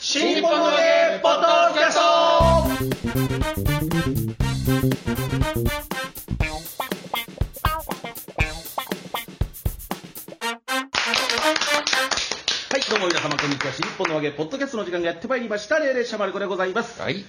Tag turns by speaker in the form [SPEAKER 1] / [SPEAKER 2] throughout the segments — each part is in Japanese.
[SPEAKER 1] 新本の家ポッドキャストはい、どうも皆様、こんにちは。新日本のわけ、ポッドキャストの時間がやってまいりました。霊々しゃまる子でございます。
[SPEAKER 2] はい。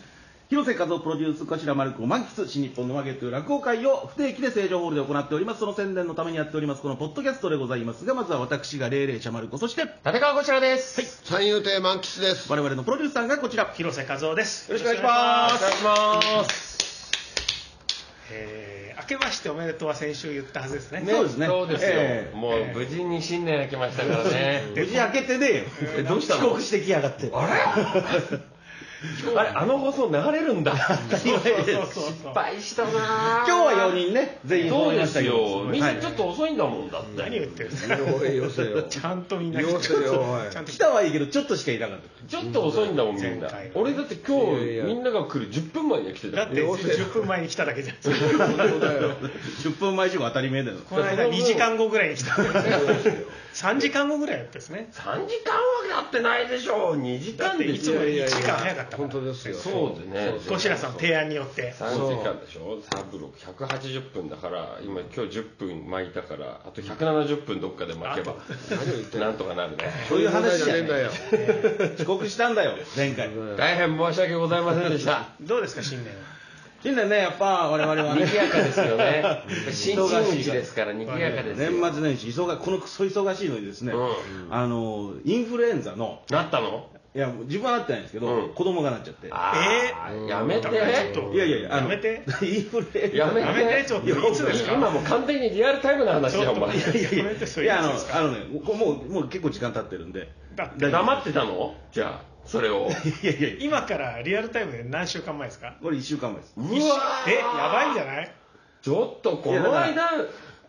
[SPEAKER 1] 広瀬和夫プロデュース、こちらマルコを満喫、新日本のわけという落語会を不定期で成城ホールで行っております。その宣伝のためにやっております、このポッドキャストでございますが、まずは私が霊々しゃまる子、そして、
[SPEAKER 2] 立川こちらです。はい。
[SPEAKER 3] 三遊亭満喫です。
[SPEAKER 1] 我々のプロデューサーがこちら。よ
[SPEAKER 4] 広瀬和夫です。
[SPEAKER 1] ろしくお願いします。
[SPEAKER 2] 願いします。
[SPEAKER 4] えー、明けましておめでとうは先週言ったはずですね。
[SPEAKER 1] そうですね。
[SPEAKER 2] そうですよ。
[SPEAKER 1] ええ
[SPEAKER 2] もう無事に新年明けました からね。
[SPEAKER 1] 無事開けてねえよ。どうした遅刻してきやがって。あ
[SPEAKER 2] あれ、あの放送流れるんだ。
[SPEAKER 1] れ今
[SPEAKER 4] そうそうそうそう。
[SPEAKER 2] 敗したな
[SPEAKER 1] 日は4人ね、全員
[SPEAKER 2] そ
[SPEAKER 1] 揃
[SPEAKER 2] う
[SPEAKER 1] い
[SPEAKER 2] で
[SPEAKER 1] ました
[SPEAKER 2] す
[SPEAKER 1] け
[SPEAKER 2] よ。
[SPEAKER 1] ど。
[SPEAKER 2] みんなちょっと遅いんだもんだって。
[SPEAKER 4] 何言ってるんですか。
[SPEAKER 3] よいよせ よ。
[SPEAKER 4] ちゃんとみんな
[SPEAKER 3] よせ
[SPEAKER 4] ちゃん
[SPEAKER 3] よ
[SPEAKER 4] と
[SPEAKER 3] おい
[SPEAKER 4] ちゃんと
[SPEAKER 1] 来たはいいけど、ちょっとしかいなかった。
[SPEAKER 2] ちょっと遅いんだもん、みん
[SPEAKER 4] 前
[SPEAKER 2] な
[SPEAKER 4] 回。
[SPEAKER 2] 俺だって今
[SPEAKER 3] いやい
[SPEAKER 2] 日、
[SPEAKER 3] や
[SPEAKER 2] みんなが来る10分前には来てた
[SPEAKER 4] だっ
[SPEAKER 2] よ。
[SPEAKER 4] て
[SPEAKER 3] よせよ
[SPEAKER 4] 10分前に来ただけじゃん。
[SPEAKER 3] 本当だよ。
[SPEAKER 1] 10分前以上が当たり前だよ。
[SPEAKER 4] この間2時間後ぐらいに来た。3時間後ぐらいだったですね。
[SPEAKER 2] 3時間はなってないでしょ。2時
[SPEAKER 4] だっ
[SPEAKER 2] 間
[SPEAKER 4] て
[SPEAKER 2] で
[SPEAKER 4] い
[SPEAKER 2] す
[SPEAKER 4] つ
[SPEAKER 2] よ
[SPEAKER 4] も。
[SPEAKER 3] いやいや
[SPEAKER 4] 1時間早かったか
[SPEAKER 3] 本
[SPEAKER 4] ら。
[SPEAKER 3] 当ですよ。
[SPEAKER 2] そうでね。
[SPEAKER 4] ゴシラさんの提案によって。
[SPEAKER 2] 3時間でしょ3ブロック180分だから今今日10分巻いたからあと170分どっかで巻けば
[SPEAKER 3] 何を言ってんの
[SPEAKER 2] なんとかなるね
[SPEAKER 1] そういう話じゃね
[SPEAKER 3] ねえんだよ。
[SPEAKER 1] 遅刻したんだよ、前回。
[SPEAKER 2] 大変申し訳ございませんでした
[SPEAKER 4] どうですか、新年は。
[SPEAKER 1] 近年ね、やっぱ我々はね
[SPEAKER 2] 賑、やかですよね新人口ですから賑やかですよ
[SPEAKER 1] 年末年始、忙このクソ忙しいのにですね、
[SPEAKER 2] う
[SPEAKER 1] あの、インフルエンザの、
[SPEAKER 2] なったの
[SPEAKER 1] いや、自分はなってないんですけど、
[SPEAKER 2] うん
[SPEAKER 1] 子供がなっちゃって。
[SPEAKER 2] あー
[SPEAKER 4] えー
[SPEAKER 2] やめて
[SPEAKER 4] だからちょっと。
[SPEAKER 1] いやいやいや、あ
[SPEAKER 4] や
[SPEAKER 1] の
[SPEAKER 4] めて。。
[SPEAKER 1] インフルエンザ。
[SPEAKER 2] やめ
[SPEAKER 4] やめて、ちょっと。いつですか
[SPEAKER 2] 今もう完全にリアルタイムな話やお前
[SPEAKER 1] いやいや
[SPEAKER 4] これってそう
[SPEAKER 1] い
[SPEAKER 4] いう
[SPEAKER 1] や
[SPEAKER 4] や
[SPEAKER 1] あ
[SPEAKER 4] つ
[SPEAKER 1] の
[SPEAKER 4] です
[SPEAKER 1] あのねこもうもう結構時間経ってるんで
[SPEAKER 4] だって
[SPEAKER 2] 黙ってたのじゃあそれ を
[SPEAKER 1] いやいやいや
[SPEAKER 4] 今からリアルタイムで何週間前ですか
[SPEAKER 1] これ1週間前です
[SPEAKER 2] うわ
[SPEAKER 4] え、やばいんじゃない
[SPEAKER 2] ちょっとこ
[SPEAKER 1] いやだ
[SPEAKER 2] の
[SPEAKER 1] から
[SPEAKER 2] 間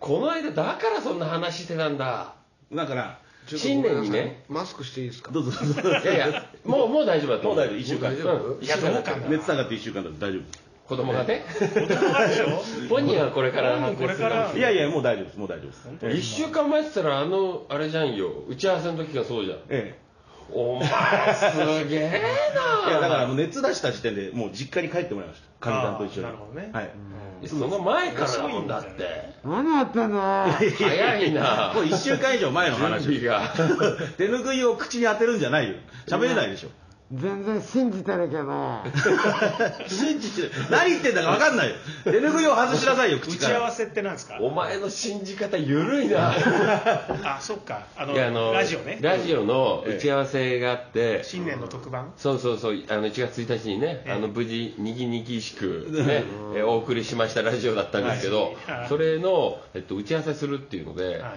[SPEAKER 2] この間だからそんな話してたんだ
[SPEAKER 1] だから
[SPEAKER 2] 新年にね。
[SPEAKER 3] マスクしていいですか。
[SPEAKER 1] どうぞどうぞ
[SPEAKER 2] いやいやもうもう大丈夫だと思
[SPEAKER 1] もう大丈夫一週間
[SPEAKER 2] うん
[SPEAKER 1] 大
[SPEAKER 3] 丈夫
[SPEAKER 2] 一週間だから
[SPEAKER 1] 熱下がって1週間だと大丈夫で
[SPEAKER 2] 子供がね
[SPEAKER 4] あるでしょ
[SPEAKER 2] 本人はこれから
[SPEAKER 4] 本人これから
[SPEAKER 1] すいやいやもう大丈夫ですもう大丈夫です
[SPEAKER 2] ええ一週間前って言ったらあのあれじゃんよ打ち合わせの時がそうじゃん
[SPEAKER 1] え
[SPEAKER 2] お前すげえ
[SPEAKER 1] え
[SPEAKER 2] ない
[SPEAKER 1] やだからもう熱出した時点でもう実家に帰ってもらいましたかみさんと一緒に
[SPEAKER 4] あーなるほどね
[SPEAKER 1] はい
[SPEAKER 2] いやその前からだもんだって
[SPEAKER 3] 何やってんの。
[SPEAKER 2] 早いな
[SPEAKER 1] もう1週間以上前の
[SPEAKER 2] 準
[SPEAKER 1] 話
[SPEAKER 2] 備 が
[SPEAKER 1] 手ぬぐいを口に当てるんじゃないよ喋れないでしょ
[SPEAKER 3] 全然信じてるけど。
[SPEAKER 1] 信じて何言ってんだか分かんないよ手ぬぐいを外しなさいよ
[SPEAKER 4] 打
[SPEAKER 1] 口
[SPEAKER 4] ち
[SPEAKER 1] か
[SPEAKER 4] 合わ
[SPEAKER 1] ら
[SPEAKER 4] せってなんですか
[SPEAKER 2] お前の信じ方ゆるいな
[SPEAKER 4] あ、そっか。あの
[SPEAKER 2] いやあの
[SPEAKER 4] ラジオね。
[SPEAKER 2] ラジオの打ち合わせがあって
[SPEAKER 4] 新年の特番。
[SPEAKER 2] そうそうそうあの1月1日にね、
[SPEAKER 4] ええ
[SPEAKER 2] あの無事にぎにぎしく、ねえお送りしましたラジオだったんですけど、
[SPEAKER 4] はいはい
[SPEAKER 2] それの、えっと、打ち合わせするっていうので、
[SPEAKER 4] はい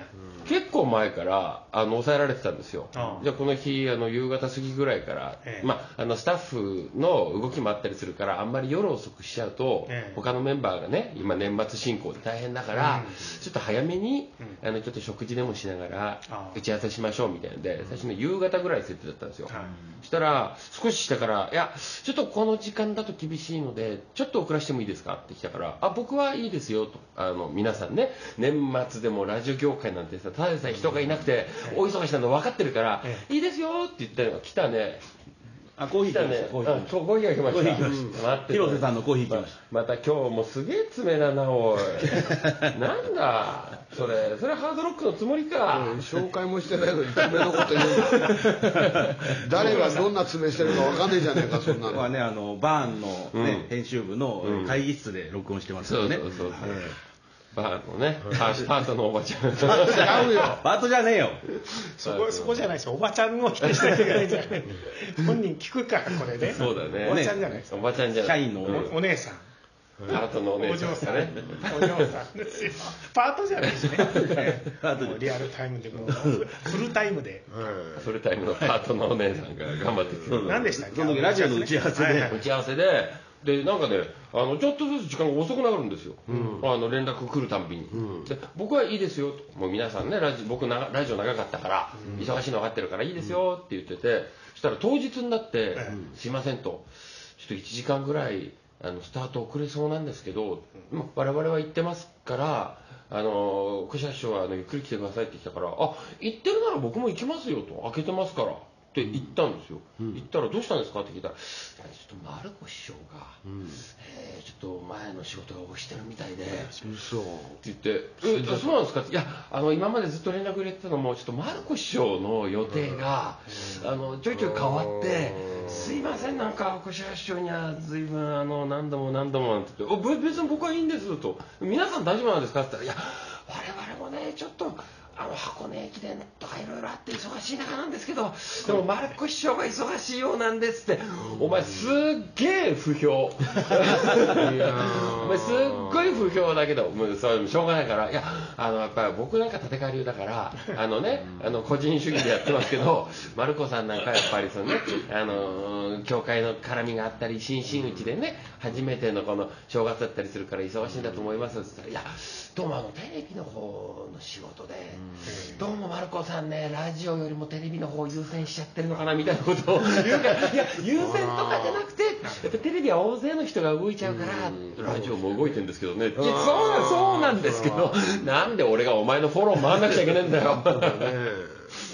[SPEAKER 2] 結構前からあの抑えられてたんですよ、
[SPEAKER 4] ああ
[SPEAKER 2] じゃあこの日あの夕方過ぎぐらいから、
[SPEAKER 4] ええ
[SPEAKER 2] まあ、あのスタッフの動きもあったりするからあんまり夜遅くしちゃうと、
[SPEAKER 4] ええ
[SPEAKER 2] 他のメンバーがね今年末進行で大変だから、ちょっと早めに、あのちょっと食事でもしながら
[SPEAKER 4] ああ
[SPEAKER 2] 打ち合わせしましょうみたいなので最初の夕方ぐらい設定だったんですよ、
[SPEAKER 4] はい
[SPEAKER 2] そしたら少ししたから「いやちょっとこの時間だと厳しいのでちょっと遅らせてもいいですか?」って来たから「あ僕はいいですよ」とあの皆さんね年末でもラジオ業界なんてさただでさえ人がいなくてお忙しなの分かってるから
[SPEAKER 4] え
[SPEAKER 2] 「いいですよ」って言ったのが来たね
[SPEAKER 1] あコーヒー
[SPEAKER 2] 来
[SPEAKER 1] 来
[SPEAKER 2] た
[SPEAKER 1] まし
[SPEAKER 2] ね
[SPEAKER 1] たコー
[SPEAKER 2] うん
[SPEAKER 1] ヒー来まし
[SPEAKER 2] そうコーヒーが来ま
[SPEAKER 1] コーヒー
[SPEAKER 2] し
[SPEAKER 1] 来
[SPEAKER 2] た
[SPEAKER 1] ました
[SPEAKER 2] 待ってた
[SPEAKER 1] 広瀬さんのコーヒー来ました
[SPEAKER 2] また今日もすげえ爪だなおいなんだそれそれハードロックのつもりか
[SPEAKER 3] 紹介もしてないのに爪のこと言う。誰がどんな爪してるかわかんないじゃねえかそんな
[SPEAKER 1] たは
[SPEAKER 3] の。
[SPEAKER 1] ねあのバーンの、ね
[SPEAKER 2] うん
[SPEAKER 1] 編集部の会議室で録音してます
[SPEAKER 2] そ
[SPEAKER 1] よ
[SPEAKER 2] うそ
[SPEAKER 1] ね
[SPEAKER 2] うそうバーのねパーパートのおばち ゃん
[SPEAKER 3] 違うよ。
[SPEAKER 1] パートじゃねえよ
[SPEAKER 4] そこ、そこじゃないですよ。おばちゃんを否定しなきゃいけ ないんじゃない。本人聞くから、これね。
[SPEAKER 2] そうだね
[SPEAKER 4] おばちゃんじゃないですか。
[SPEAKER 2] おばちゃんじゃない
[SPEAKER 1] 社員の
[SPEAKER 2] うん
[SPEAKER 1] ね
[SPEAKER 4] お姉さん。
[SPEAKER 2] パートのお
[SPEAKER 4] お
[SPEAKER 2] 姉ちゃん
[SPEAKER 4] 嬢
[SPEAKER 2] ですか
[SPEAKER 4] さん。
[SPEAKER 2] ね
[SPEAKER 4] お嬢さんですよ。パートじゃないしね。
[SPEAKER 1] パート
[SPEAKER 4] もうリアルタイムで、もうフルタイムで。
[SPEAKER 2] フルタイムのパートのお姉さんが頑張ってきて
[SPEAKER 1] そう
[SPEAKER 4] 何でしたっけ
[SPEAKER 1] その時ラジオの打ち合わせで
[SPEAKER 4] はいはい
[SPEAKER 2] 打ち合わせででなんかねあのちょっとずつ時間が遅くなるんですよ、あの連絡来るたんびに、で僕はいいですよともう皆さんねラジ僕なラジオ長かったから、忙しいの分かってるからいいですよって言っててそしたら当日になって「すいません」と「ちょっと1時間ぐらいあのスタート遅れそうなんですけど、まあ我々は行ってますからあの小社師匠はあのゆっくり来てください」って言ったから「あ行ってるなら僕も行きますよ」と「開けてますから」って言ったんですよ、行ったらどうしたんですかって聞いたら、いやちょっと丸子師匠が、えーちょっと前の仕事が起きてるみたいで。
[SPEAKER 3] そう
[SPEAKER 2] って言って「えあそうなんですか?」って「いやあの今までずっと連絡入れてたのもちょっとマルコ師匠の予定が、あのちょいちょい変わって「すいませんなんか小白師匠には随分あの何度も何度も」なんて言っておべ「別に僕はいいんです」と「皆さん大丈夫なんですか?」って言ったら「いや我々もねちょっと」あの箱根駅伝とかいろいろあって忙しい中なんですけどでもマルコ師匠が忙しいようなんですってお前すっげえ不評お前すっごい不評だけどもうそれしょうがないからいやあのやっぱり僕なんか立川流だからあのねあの個人主義でやってますけどマルコさんなんかやっぱりそのねあの教会の絡みがあったり新真打ちでね初めてのこの正月だったりするから忙しいんだと思いますって言ったらいやどうもあのテレビの方の仕事でどうもマルコさんねラジオよりもテレビの方を優先しちゃってるのかなみたいなことを言うからいや優先とかじゃなくてやっぱテレビは大勢の人が動いちゃうからラジオも動いてるんですけどねいやそうなんそうなんですけどなんで俺がお前のフォロー回んなくちゃいけないんだよ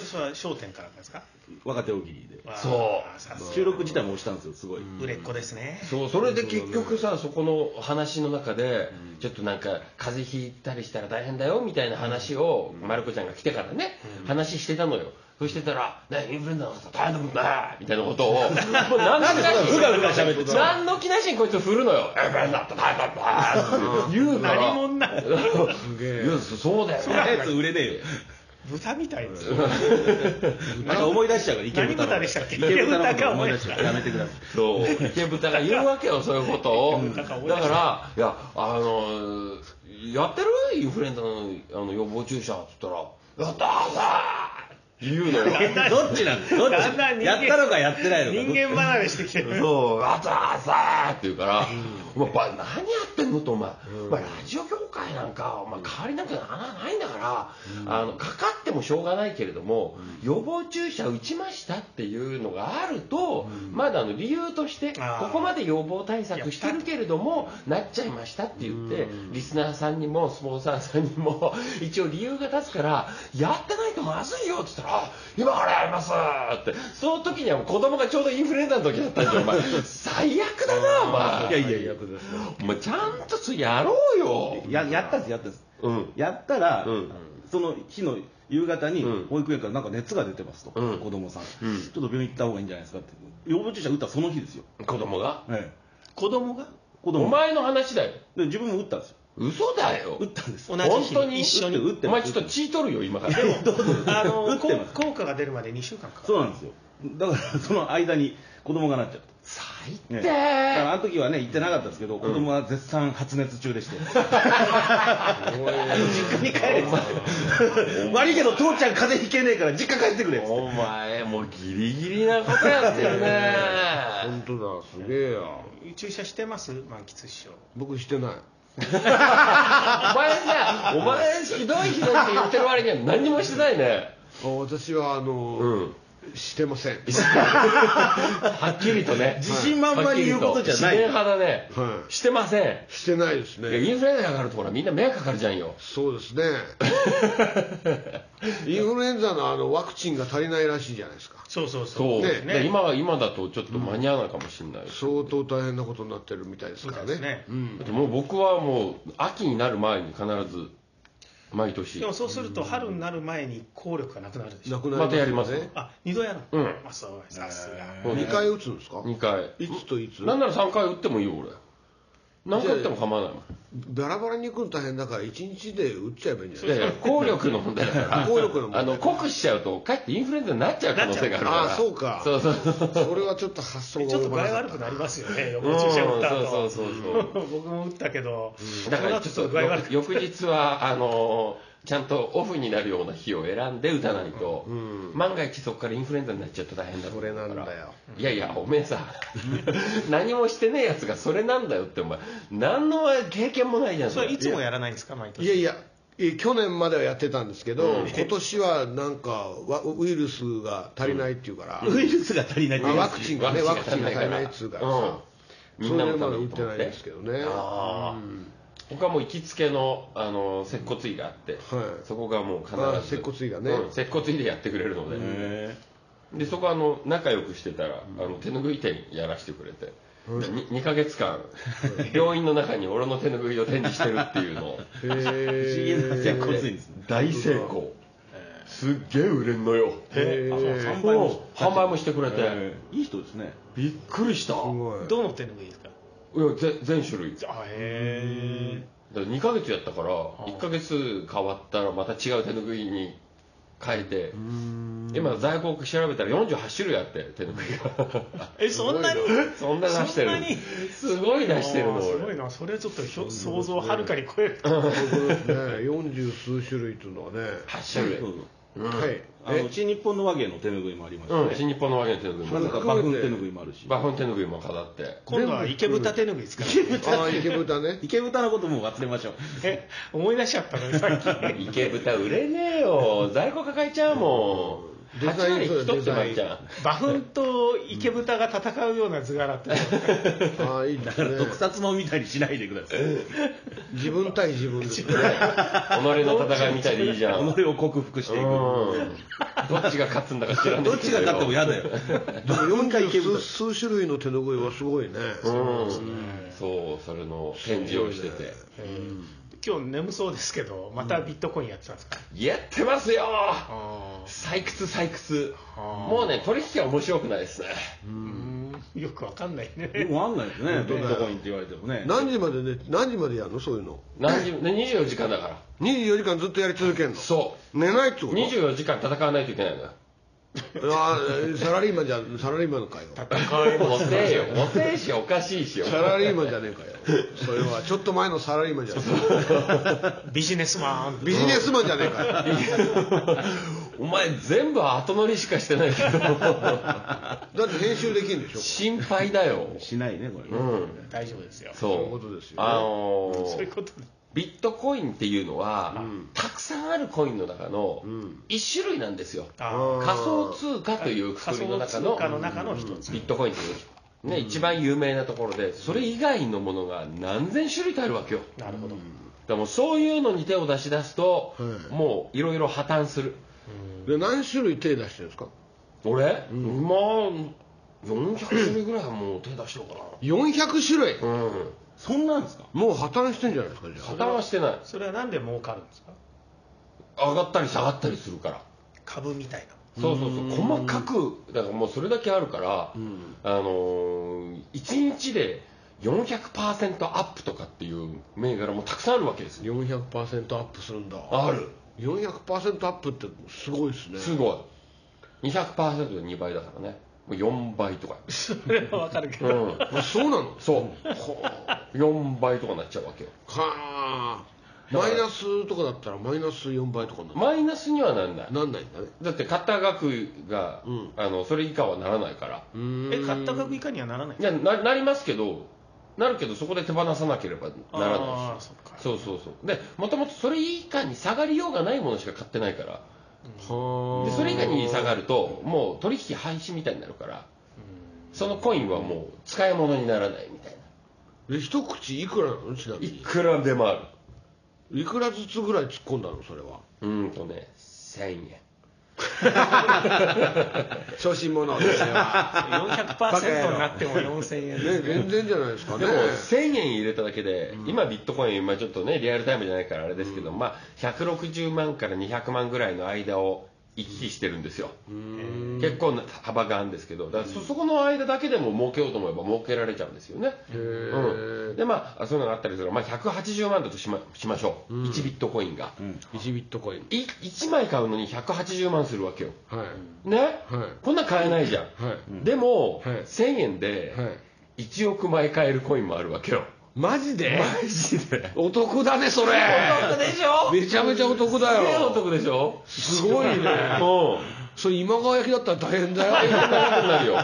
[SPEAKER 4] それは商店からですか
[SPEAKER 1] 若手大喜利で
[SPEAKER 2] そう
[SPEAKER 4] さすが
[SPEAKER 1] 収録自体も押したんですよすごい、
[SPEAKER 4] 売れっ子ですね
[SPEAKER 2] そうそれで結局さそこの話の中でちょっとなんか風邪ひいたりしたら大変だよみたいな話をまる子ちゃんが来てからね話してたのよそしてたら「ねインフルエンザの方大変だもんね」み たいなことをもう何の気なしに何の 気なしにこいつ振るのよ「インフルエンザって大変だもんね」言うから
[SPEAKER 4] 何者な
[SPEAKER 2] いやそうだよ
[SPEAKER 1] あ
[SPEAKER 2] ね
[SPEAKER 1] やつ売れねえよ
[SPEAKER 4] 豚みたいです
[SPEAKER 1] なんか思い出しちゃうから池
[SPEAKER 4] 何
[SPEAKER 1] 豚の
[SPEAKER 4] 豚でしたっけ
[SPEAKER 1] 池豚のこ
[SPEAKER 4] 池豚
[SPEAKER 1] と
[SPEAKER 4] か
[SPEAKER 1] 思い出しちゃうやめてください
[SPEAKER 2] そう池豚が言うわけよそういうことをだ
[SPEAKER 4] が
[SPEAKER 2] か
[SPEAKER 4] 思い出した
[SPEAKER 2] らいやあのやってるインフルエンザのあの予防注射っつったら「やったーさー!」って言うのよ
[SPEAKER 1] どっちなんどっ
[SPEAKER 4] だんだん
[SPEAKER 1] ち
[SPEAKER 4] 人間
[SPEAKER 1] やったのかやってないのか
[SPEAKER 4] 人間離れしてきてる
[SPEAKER 2] そう、あざあざって言うから、お前、ば何やってんのと、お前、お前ラジオ業界なんか、お前、代わりなんかなないんだから、あの、かかってもしょうがないけれども、予防注射打ちましたっていうのがあると、まだあの理由として、こ
[SPEAKER 4] あー
[SPEAKER 2] こまで予防対策してるけれども、なっちゃいましたって言って、リスナーさんにも、スポンサーさんにも、 一応理由が立つから、やってないとまずいよって言ったら、あ今からやりますって、その時にはもう子供がちょうどインフルエンザの時だったんで、お 前、最悪だな、お
[SPEAKER 1] いや
[SPEAKER 2] 前。
[SPEAKER 1] いやいや
[SPEAKER 2] お前、ちゃんとそれやろうよ。
[SPEAKER 1] ややったんですやったんです
[SPEAKER 2] うん。
[SPEAKER 1] やったら、
[SPEAKER 2] うん
[SPEAKER 1] その日の夕方に
[SPEAKER 2] うん
[SPEAKER 1] 保育園からなんか熱が出てますと、
[SPEAKER 2] うん
[SPEAKER 1] 子供さん、
[SPEAKER 2] うん
[SPEAKER 1] ちょっと病院行った方がいいんじゃないですかって予防注射打ったその日ですよ、
[SPEAKER 2] 子供が。
[SPEAKER 1] ええ
[SPEAKER 4] 子供が
[SPEAKER 1] 子
[SPEAKER 2] お
[SPEAKER 1] 供が
[SPEAKER 2] 前の話だよ。
[SPEAKER 1] で自分も打ったんですよ
[SPEAKER 2] 嘘だよ
[SPEAKER 1] 打。ったんです
[SPEAKER 4] 同
[SPEAKER 1] よ
[SPEAKER 4] じ日
[SPEAKER 2] 本当に
[SPEAKER 4] 一緒に
[SPEAKER 1] 打って
[SPEAKER 2] お
[SPEAKER 1] ま
[SPEAKER 2] 前、
[SPEAKER 1] す
[SPEAKER 2] ちょっと血取るよ、今から。
[SPEAKER 4] あの
[SPEAKER 1] 打ってます
[SPEAKER 4] こ効果が出るまで2週間かかる
[SPEAKER 1] そうなんですよだからその間に子供がなっちゃった
[SPEAKER 2] 最
[SPEAKER 1] ええだ
[SPEAKER 2] 低。
[SPEAKER 1] からあの時はね行ってなかったですけど子供は絶賛発熱中でして、実家に帰れって悪いけど父ちゃん風邪ひけねえから実家帰ってくれっつって
[SPEAKER 2] お前、もうギリギリなことやってるね。
[SPEAKER 3] 本当だすげえや
[SPEAKER 4] 注射してます満喫師匠
[SPEAKER 3] 僕してない
[SPEAKER 2] お前さ、お前ひどいひどいって言ってる割には何にもしてないね。
[SPEAKER 3] あ私はあの、
[SPEAKER 2] うん。
[SPEAKER 3] してま せん
[SPEAKER 2] はっきりとね。
[SPEAKER 1] 自信満々に言うことじゃない
[SPEAKER 2] 自然派だね。
[SPEAKER 3] はい
[SPEAKER 2] してません。
[SPEAKER 3] してないです
[SPEAKER 2] いやイ
[SPEAKER 3] ね
[SPEAKER 2] ンフルエンザがかかるとほらみんな迷惑かかるじゃんよ。
[SPEAKER 3] そうですねインフルエンザのあのワクチンが足りないらしいじゃないですか
[SPEAKER 4] そうそうそう
[SPEAKER 2] そう。
[SPEAKER 3] ね
[SPEAKER 2] で今は今だとちょっと間に合わないかもしれない。
[SPEAKER 3] 相当大変なことになってるみたいです
[SPEAKER 4] そう
[SPEAKER 3] から
[SPEAKER 4] で
[SPEAKER 3] ね
[SPEAKER 4] すね
[SPEAKER 2] だってもう僕はもう秋になる前に必ず毎年
[SPEAKER 4] でもそうすると春になる前に効力がなくなるでしょ
[SPEAKER 3] なくなり
[SPEAKER 2] またやります
[SPEAKER 3] ね
[SPEAKER 2] ね
[SPEAKER 4] あ二度やる
[SPEAKER 2] うん
[SPEAKER 4] あそうさすが
[SPEAKER 3] 2回打つんですか
[SPEAKER 2] 2回。
[SPEAKER 3] いつといつ
[SPEAKER 2] なんなら3回打ってもいいよ俺。何回打っても構わないもん。
[SPEAKER 3] バラバラに行くの大変だから1日で打っちゃえばいいんじゃ
[SPEAKER 2] い
[SPEAKER 3] な
[SPEAKER 2] や
[SPEAKER 3] い
[SPEAKER 2] い
[SPEAKER 3] です
[SPEAKER 2] や効力の問題だから
[SPEAKER 3] 効力の問題
[SPEAKER 2] あの酷使しちゃうとかえってインフルエンザになっちゃう可能性があるか
[SPEAKER 3] からああそうか
[SPEAKER 2] そうそうそう
[SPEAKER 3] かそれはちょっと発想が
[SPEAKER 4] ちょっと具合
[SPEAKER 3] 及ば
[SPEAKER 4] 悪
[SPEAKER 3] なか
[SPEAKER 4] く
[SPEAKER 3] っ
[SPEAKER 4] なりますよね予
[SPEAKER 2] う
[SPEAKER 4] 防
[SPEAKER 2] ん
[SPEAKER 4] 注射打った
[SPEAKER 2] そう
[SPEAKER 4] 後
[SPEAKER 2] そうそう
[SPEAKER 4] 僕も打ったけど
[SPEAKER 2] そう
[SPEAKER 4] そ
[SPEAKER 2] だか
[SPEAKER 4] の
[SPEAKER 2] ら
[SPEAKER 4] 後
[SPEAKER 2] ちょっ
[SPEAKER 4] ちょっ
[SPEAKER 2] と
[SPEAKER 4] と具合悪く
[SPEAKER 2] 翌日はあのちゃんとオフになるような日を選んで打たないと、万が一そこからインフルエンザになっちゃうと大変だ
[SPEAKER 3] たそれなんだよ
[SPEAKER 2] いやいやおめえさ 何もしてねえやつがそれなんだよってお前何の経験もないじゃん
[SPEAKER 4] それいつもやらないんですか毎
[SPEAKER 3] いや
[SPEAKER 4] 年
[SPEAKER 3] いやえ去年まではやってたんですけど、今年はなんかわウイルスが足りないっていうから、
[SPEAKER 1] ウイルスが足りないって
[SPEAKER 3] あ
[SPEAKER 1] 言いま
[SPEAKER 3] ワ
[SPEAKER 1] す
[SPEAKER 3] クチンがねワクチンが
[SPEAKER 2] 足り
[SPEAKER 3] 足
[SPEAKER 2] な
[SPEAKER 3] りない
[SPEAKER 2] か
[SPEAKER 3] い
[SPEAKER 2] ら
[SPEAKER 3] っつうから
[SPEAKER 2] うん
[SPEAKER 3] さ、
[SPEAKER 2] み
[SPEAKER 3] そ
[SPEAKER 2] ん
[SPEAKER 3] れ
[SPEAKER 2] な
[SPEAKER 3] ま
[SPEAKER 2] のた
[SPEAKER 3] で
[SPEAKER 2] め
[SPEAKER 3] 打
[SPEAKER 2] に
[SPEAKER 3] っ
[SPEAKER 2] と
[SPEAKER 3] て
[SPEAKER 2] 思
[SPEAKER 3] な
[SPEAKER 2] っ
[SPEAKER 3] い
[SPEAKER 2] て
[SPEAKER 3] ですけどね
[SPEAKER 2] ああ僕はもう行きつけのあの接骨院があって、
[SPEAKER 3] はい
[SPEAKER 2] そこがもう必
[SPEAKER 3] あ
[SPEAKER 2] ず
[SPEAKER 3] 接骨院がね
[SPEAKER 2] うん接骨院でやってくれるので
[SPEAKER 1] へ
[SPEAKER 2] でそこはあの仲良くしてたら、あの手拭い店やらせてくれて、に 2, ヶ月間、病院の中に俺の手拭いを展示してるっていうのを
[SPEAKER 3] へー
[SPEAKER 1] 不思議な結構 ついんですね
[SPEAKER 2] 大成功すっげえ売れんのよ
[SPEAKER 3] へ
[SPEAKER 1] あそう
[SPEAKER 3] ー
[SPEAKER 1] 販売も
[SPEAKER 2] そう販売もしてくれて、
[SPEAKER 1] えーいい人ですね
[SPEAKER 2] びっくりしたい
[SPEAKER 3] すごい
[SPEAKER 4] どの手拭いですか
[SPEAKER 2] やぜ全種類だか
[SPEAKER 4] あへ
[SPEAKER 2] ら2ヶ月やったから1ヶ月変わったらまた違う手拭いに変えて今在庫を調べたら48種類あって手拭いが
[SPEAKER 4] ええそんなに
[SPEAKER 2] そんな出してる
[SPEAKER 4] そんなに
[SPEAKER 2] すごい出してる
[SPEAKER 4] あ
[SPEAKER 2] の
[SPEAKER 4] ーすご
[SPEAKER 2] 俺
[SPEAKER 4] いなそれはちょっとひょ想像をはるかに超える
[SPEAKER 3] そうですね四十数種類っていうのはね
[SPEAKER 2] 8種類
[SPEAKER 1] そうそう
[SPEAKER 3] はい
[SPEAKER 1] あの新日本の和芸の手拭いもありまし
[SPEAKER 2] う
[SPEAKER 1] た
[SPEAKER 2] ん、
[SPEAKER 1] ね
[SPEAKER 2] 新日本の和芸の手拭い
[SPEAKER 1] なん
[SPEAKER 2] も
[SPEAKER 1] か馬粉手拭いもあるし
[SPEAKER 2] バフン手拭いも飾って
[SPEAKER 4] 今度は池豚手拭いですから、
[SPEAKER 3] ああ池豚ね
[SPEAKER 1] 池豚のことも忘れましょう
[SPEAKER 4] え思い出しちゃったのさっき
[SPEAKER 2] 池豚売れねえよ在庫抱えちゃうもん
[SPEAKER 3] デ
[SPEAKER 2] 8
[SPEAKER 3] ザイン
[SPEAKER 2] 割
[SPEAKER 3] そう
[SPEAKER 2] 一つ
[SPEAKER 3] デザ
[SPEAKER 2] ま
[SPEAKER 3] イン
[SPEAKER 2] っちゃ
[SPEAKER 4] 馬フンと池豚が戦うような図柄って
[SPEAKER 3] ああいいで
[SPEAKER 1] だか
[SPEAKER 3] す
[SPEAKER 1] ら
[SPEAKER 3] ね
[SPEAKER 1] 特撮もんみたいにしないでください
[SPEAKER 3] 自分対 自分です
[SPEAKER 2] う己
[SPEAKER 3] ね
[SPEAKER 2] の戦いみたいでい いじゃんうん
[SPEAKER 1] 己を克服していく
[SPEAKER 2] どっちが勝つんだか知らない
[SPEAKER 1] どっちが勝っても嫌だよ
[SPEAKER 3] でも
[SPEAKER 1] 馬粉か
[SPEAKER 3] 40
[SPEAKER 1] 池豚
[SPEAKER 3] 数数種類の手ぬぐいはすごいね
[SPEAKER 2] うんそうそれの展示をしてて
[SPEAKER 4] 今日眠そうですけどまたビットコインやってたんですか、
[SPEAKER 2] やってますよ
[SPEAKER 4] あ
[SPEAKER 2] 採掘採掘
[SPEAKER 4] あ
[SPEAKER 2] もうね取引は面白くないですね
[SPEAKER 4] うんよくわかんない
[SPEAKER 1] で
[SPEAKER 4] ね
[SPEAKER 1] もあんないですねビットコインって言われてもね
[SPEAKER 3] 何時までね何時までやるのそういうの
[SPEAKER 2] 何時ね24時間だから
[SPEAKER 3] 24時間ずっとやり続けるの
[SPEAKER 2] そ
[SPEAKER 3] 寝ないってこ
[SPEAKER 2] う24時間戦わないといけないのよ
[SPEAKER 3] とああサラリーマンじゃサラリーマン かよ
[SPEAKER 2] おせえよおせえしおかしいしよ
[SPEAKER 3] サラリーマンじゃねえかよそれはちょっと前のサラリーマンじゃね えか
[SPEAKER 4] ビジネスマン
[SPEAKER 3] ビジネスマンじゃねえかよ
[SPEAKER 2] お前全部後乗りしかしてないけど
[SPEAKER 3] だって編集できるんでしょ
[SPEAKER 2] 心配だよ
[SPEAKER 1] しないねこれね
[SPEAKER 2] うん
[SPEAKER 4] 大丈夫ですよ
[SPEAKER 2] そう
[SPEAKER 3] そういうことですよね
[SPEAKER 2] あのー
[SPEAKER 4] そういうことで
[SPEAKER 2] ビットコインっていうのは、たくさんあるコインの中の1種類なんですよ、
[SPEAKER 4] あ
[SPEAKER 3] ん
[SPEAKER 2] 仮想通貨というくく
[SPEAKER 4] 仮
[SPEAKER 2] りの
[SPEAKER 4] 想
[SPEAKER 2] 中
[SPEAKER 4] 通
[SPEAKER 2] の
[SPEAKER 4] 貨の中の一つ、
[SPEAKER 2] ビットコインという、ね一番有名なところでそれ以外のものが何千種類とあるわけよ
[SPEAKER 4] なるほど、
[SPEAKER 2] でもうそういうのに手を出し出すと、
[SPEAKER 3] はい
[SPEAKER 2] もういろいろ破綻する
[SPEAKER 3] で何種類手出してるんですか
[SPEAKER 2] 俺、まあ400種類ぐらいはもう手出しようか
[SPEAKER 3] 400種類
[SPEAKER 2] なうん
[SPEAKER 1] そんなんですか
[SPEAKER 3] もう破綻してんじゃないですかじゃ
[SPEAKER 2] 破綻はしてない
[SPEAKER 4] それはなんで儲かるんですか
[SPEAKER 2] 上がったり下がったりするから
[SPEAKER 4] 株みたいな
[SPEAKER 2] そうそうそう細かくだからもうそれだけあるから、あのー、1日で400%アップとかっていう銘柄もたくさんあるわけです
[SPEAKER 3] あ
[SPEAKER 2] よ
[SPEAKER 3] 400%アップするんだ
[SPEAKER 2] ある
[SPEAKER 3] 400%アップってすごいですね
[SPEAKER 2] すごい200%で2倍だからねもう4倍とか
[SPEAKER 4] それはわかるけ
[SPEAKER 2] う
[SPEAKER 4] ど、
[SPEAKER 2] ん
[SPEAKER 3] あそうなの
[SPEAKER 2] そうほう4倍とかなっちゃうわけよ
[SPEAKER 3] はあマイナスとかだったらマイナス4倍とかになる
[SPEAKER 2] マイナスにはなんない
[SPEAKER 3] なんないんだね
[SPEAKER 2] だって買った額が、あのそれ以下はならないから
[SPEAKER 3] うーん
[SPEAKER 4] え買った額以下にはならない
[SPEAKER 2] いやななりますけどなるけどそこで手放さなければなら
[SPEAKER 4] あ
[SPEAKER 2] な
[SPEAKER 4] あそっか
[SPEAKER 2] いしそうそうそうでもともとそれ以下に下がりようがないものしか買ってないから
[SPEAKER 3] は
[SPEAKER 2] でそれ以下に下がるともう取引廃止みたいになるからそのコインはもう使い物にならないみたいな
[SPEAKER 3] あで一口いくらなのちなみ
[SPEAKER 2] いくらでもあ
[SPEAKER 3] にいくらずつぐらい突っ込んだのそれは
[SPEAKER 2] るうーんとね1000円
[SPEAKER 3] 調子者ですよ、ね、
[SPEAKER 4] 400%になっても4000円
[SPEAKER 3] 全然じゃないですか
[SPEAKER 2] で
[SPEAKER 3] ね
[SPEAKER 2] も1000円入れただけで、今ビットコイン、まあ、ちょっとねリアルタイムじゃないからあれですけど、まあ、160万から200万ぐらいの間を行き来してるんですよ、結構な幅があるんですけどだからそそこの間だけでも儲けようと思えば儲けられちゃうんですよね、うん、でまあそういうのがあったりするから、まあ、180万だとしましましょう、1ビットコインが、
[SPEAKER 3] 1ビットコイン
[SPEAKER 2] い1枚買うのに180万するわけよ
[SPEAKER 3] はい
[SPEAKER 2] ね、
[SPEAKER 3] い
[SPEAKER 2] こんなん買えないじゃん、
[SPEAKER 3] はい
[SPEAKER 2] でも、
[SPEAKER 3] はい
[SPEAKER 2] 1000円で
[SPEAKER 3] はい
[SPEAKER 2] 1億枚買えるコインもあるわけ よ
[SPEAKER 3] マジで
[SPEAKER 2] マジで
[SPEAKER 3] お得だねそれ
[SPEAKER 2] でしょ
[SPEAKER 3] めちゃめちゃお得だ
[SPEAKER 2] すげえお
[SPEAKER 3] よ
[SPEAKER 2] 得でしょ
[SPEAKER 3] すごいね
[SPEAKER 2] も
[SPEAKER 3] それ今川焼きだったら大変だ
[SPEAKER 2] うん
[SPEAKER 3] よ
[SPEAKER 2] そんなことになるよ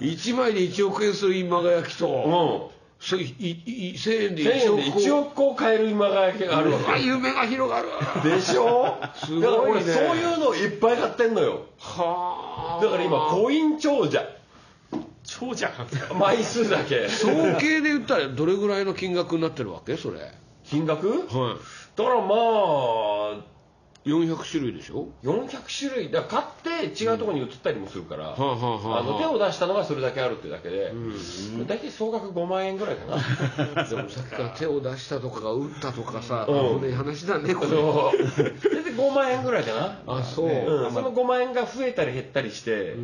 [SPEAKER 3] 1枚で1億円する今川焼きと
[SPEAKER 2] も
[SPEAKER 3] それいいい1000円
[SPEAKER 2] う
[SPEAKER 3] で
[SPEAKER 2] ん1000
[SPEAKER 3] 1
[SPEAKER 2] 円
[SPEAKER 3] 億
[SPEAKER 2] で
[SPEAKER 3] 円
[SPEAKER 2] 1億個買える今があるわ
[SPEAKER 3] あ夢が広がる
[SPEAKER 2] けでしょ
[SPEAKER 3] すごいね
[SPEAKER 2] だから俺そういうのをいっぱい買ってんのよ
[SPEAKER 3] はあ
[SPEAKER 2] だから今コイン長者
[SPEAKER 4] 長者なんですか
[SPEAKER 2] 枚数だけ
[SPEAKER 3] 統計で言ったらどれぐらいの金額になってるわけそれはい
[SPEAKER 2] 金額だからまあ
[SPEAKER 3] 400種類でしょ
[SPEAKER 2] 400種類だから買で違うところに移ったりもするから、
[SPEAKER 3] はあはあはあ
[SPEAKER 2] あの手を出したのがそれだけあるってだけで、大体総額5万円ぐらいかな。
[SPEAKER 3] でもさっきから手を出したとか打ったとかさ、
[SPEAKER 2] うん
[SPEAKER 3] 危ない話だねこ れ
[SPEAKER 2] そう。それで5万円ぐらいかな。
[SPEAKER 3] あそう、
[SPEAKER 2] うん、その5万円が増えたり減ったりして、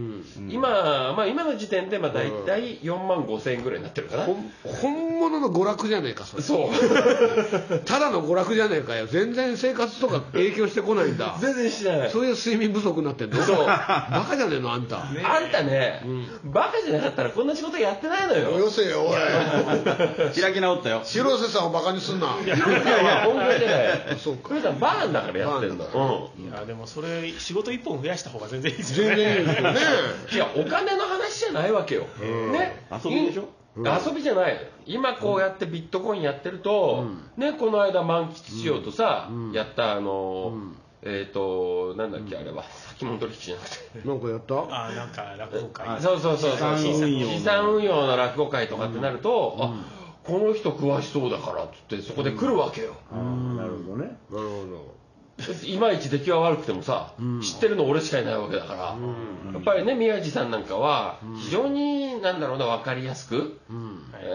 [SPEAKER 2] 今、まあ、今の時点でまあ大体4万5千円ぐらいになってるかな、
[SPEAKER 3] ほん本物の娯楽じゃねえかそれ
[SPEAKER 2] そう
[SPEAKER 3] ただの娯楽じゃねえかよ全然生活とか影響してこないんだ
[SPEAKER 2] 全然しない
[SPEAKER 3] そういう睡眠不足になってんの
[SPEAKER 2] そう
[SPEAKER 3] バカじゃねえのあんた、
[SPEAKER 2] あんたね、バカじゃなかったらこんな仕事やってないのよ
[SPEAKER 5] よせよおい
[SPEAKER 1] 開き直ったよ。
[SPEAKER 5] 広瀬さんをバカにすんな
[SPEAKER 2] 本当じゃない
[SPEAKER 3] そう
[SPEAKER 2] これさバーンだからやってる
[SPEAKER 5] バーンだ
[SPEAKER 2] の、
[SPEAKER 4] いやでもそれ仕事一本増やした方が全然いいですよ
[SPEAKER 5] 全然いいですよね
[SPEAKER 2] うん、いやお金の話じゃないわけよ、ね
[SPEAKER 1] 遊びでしょ
[SPEAKER 2] 遊びじゃない今こうやってビットコインやってると、ねこの間満喫しようとさ、やったあの、えっ、となんだっけあれは先物取引じゃなくて
[SPEAKER 3] なんかやった
[SPEAKER 4] ああなんか落語会
[SPEAKER 2] そうそうそうそう
[SPEAKER 1] 資産運用の
[SPEAKER 2] 資産運用の落語会とかってなると、あこの人詳しそうだからっつってそこで来るわけよ、
[SPEAKER 1] なるほどね。
[SPEAKER 3] なるほ
[SPEAKER 2] いまいち出来は悪くてもさ、知ってるの俺しかいないわけだから、やっぱりね宮地さんなんかは非常になんだろうな分かりやすく、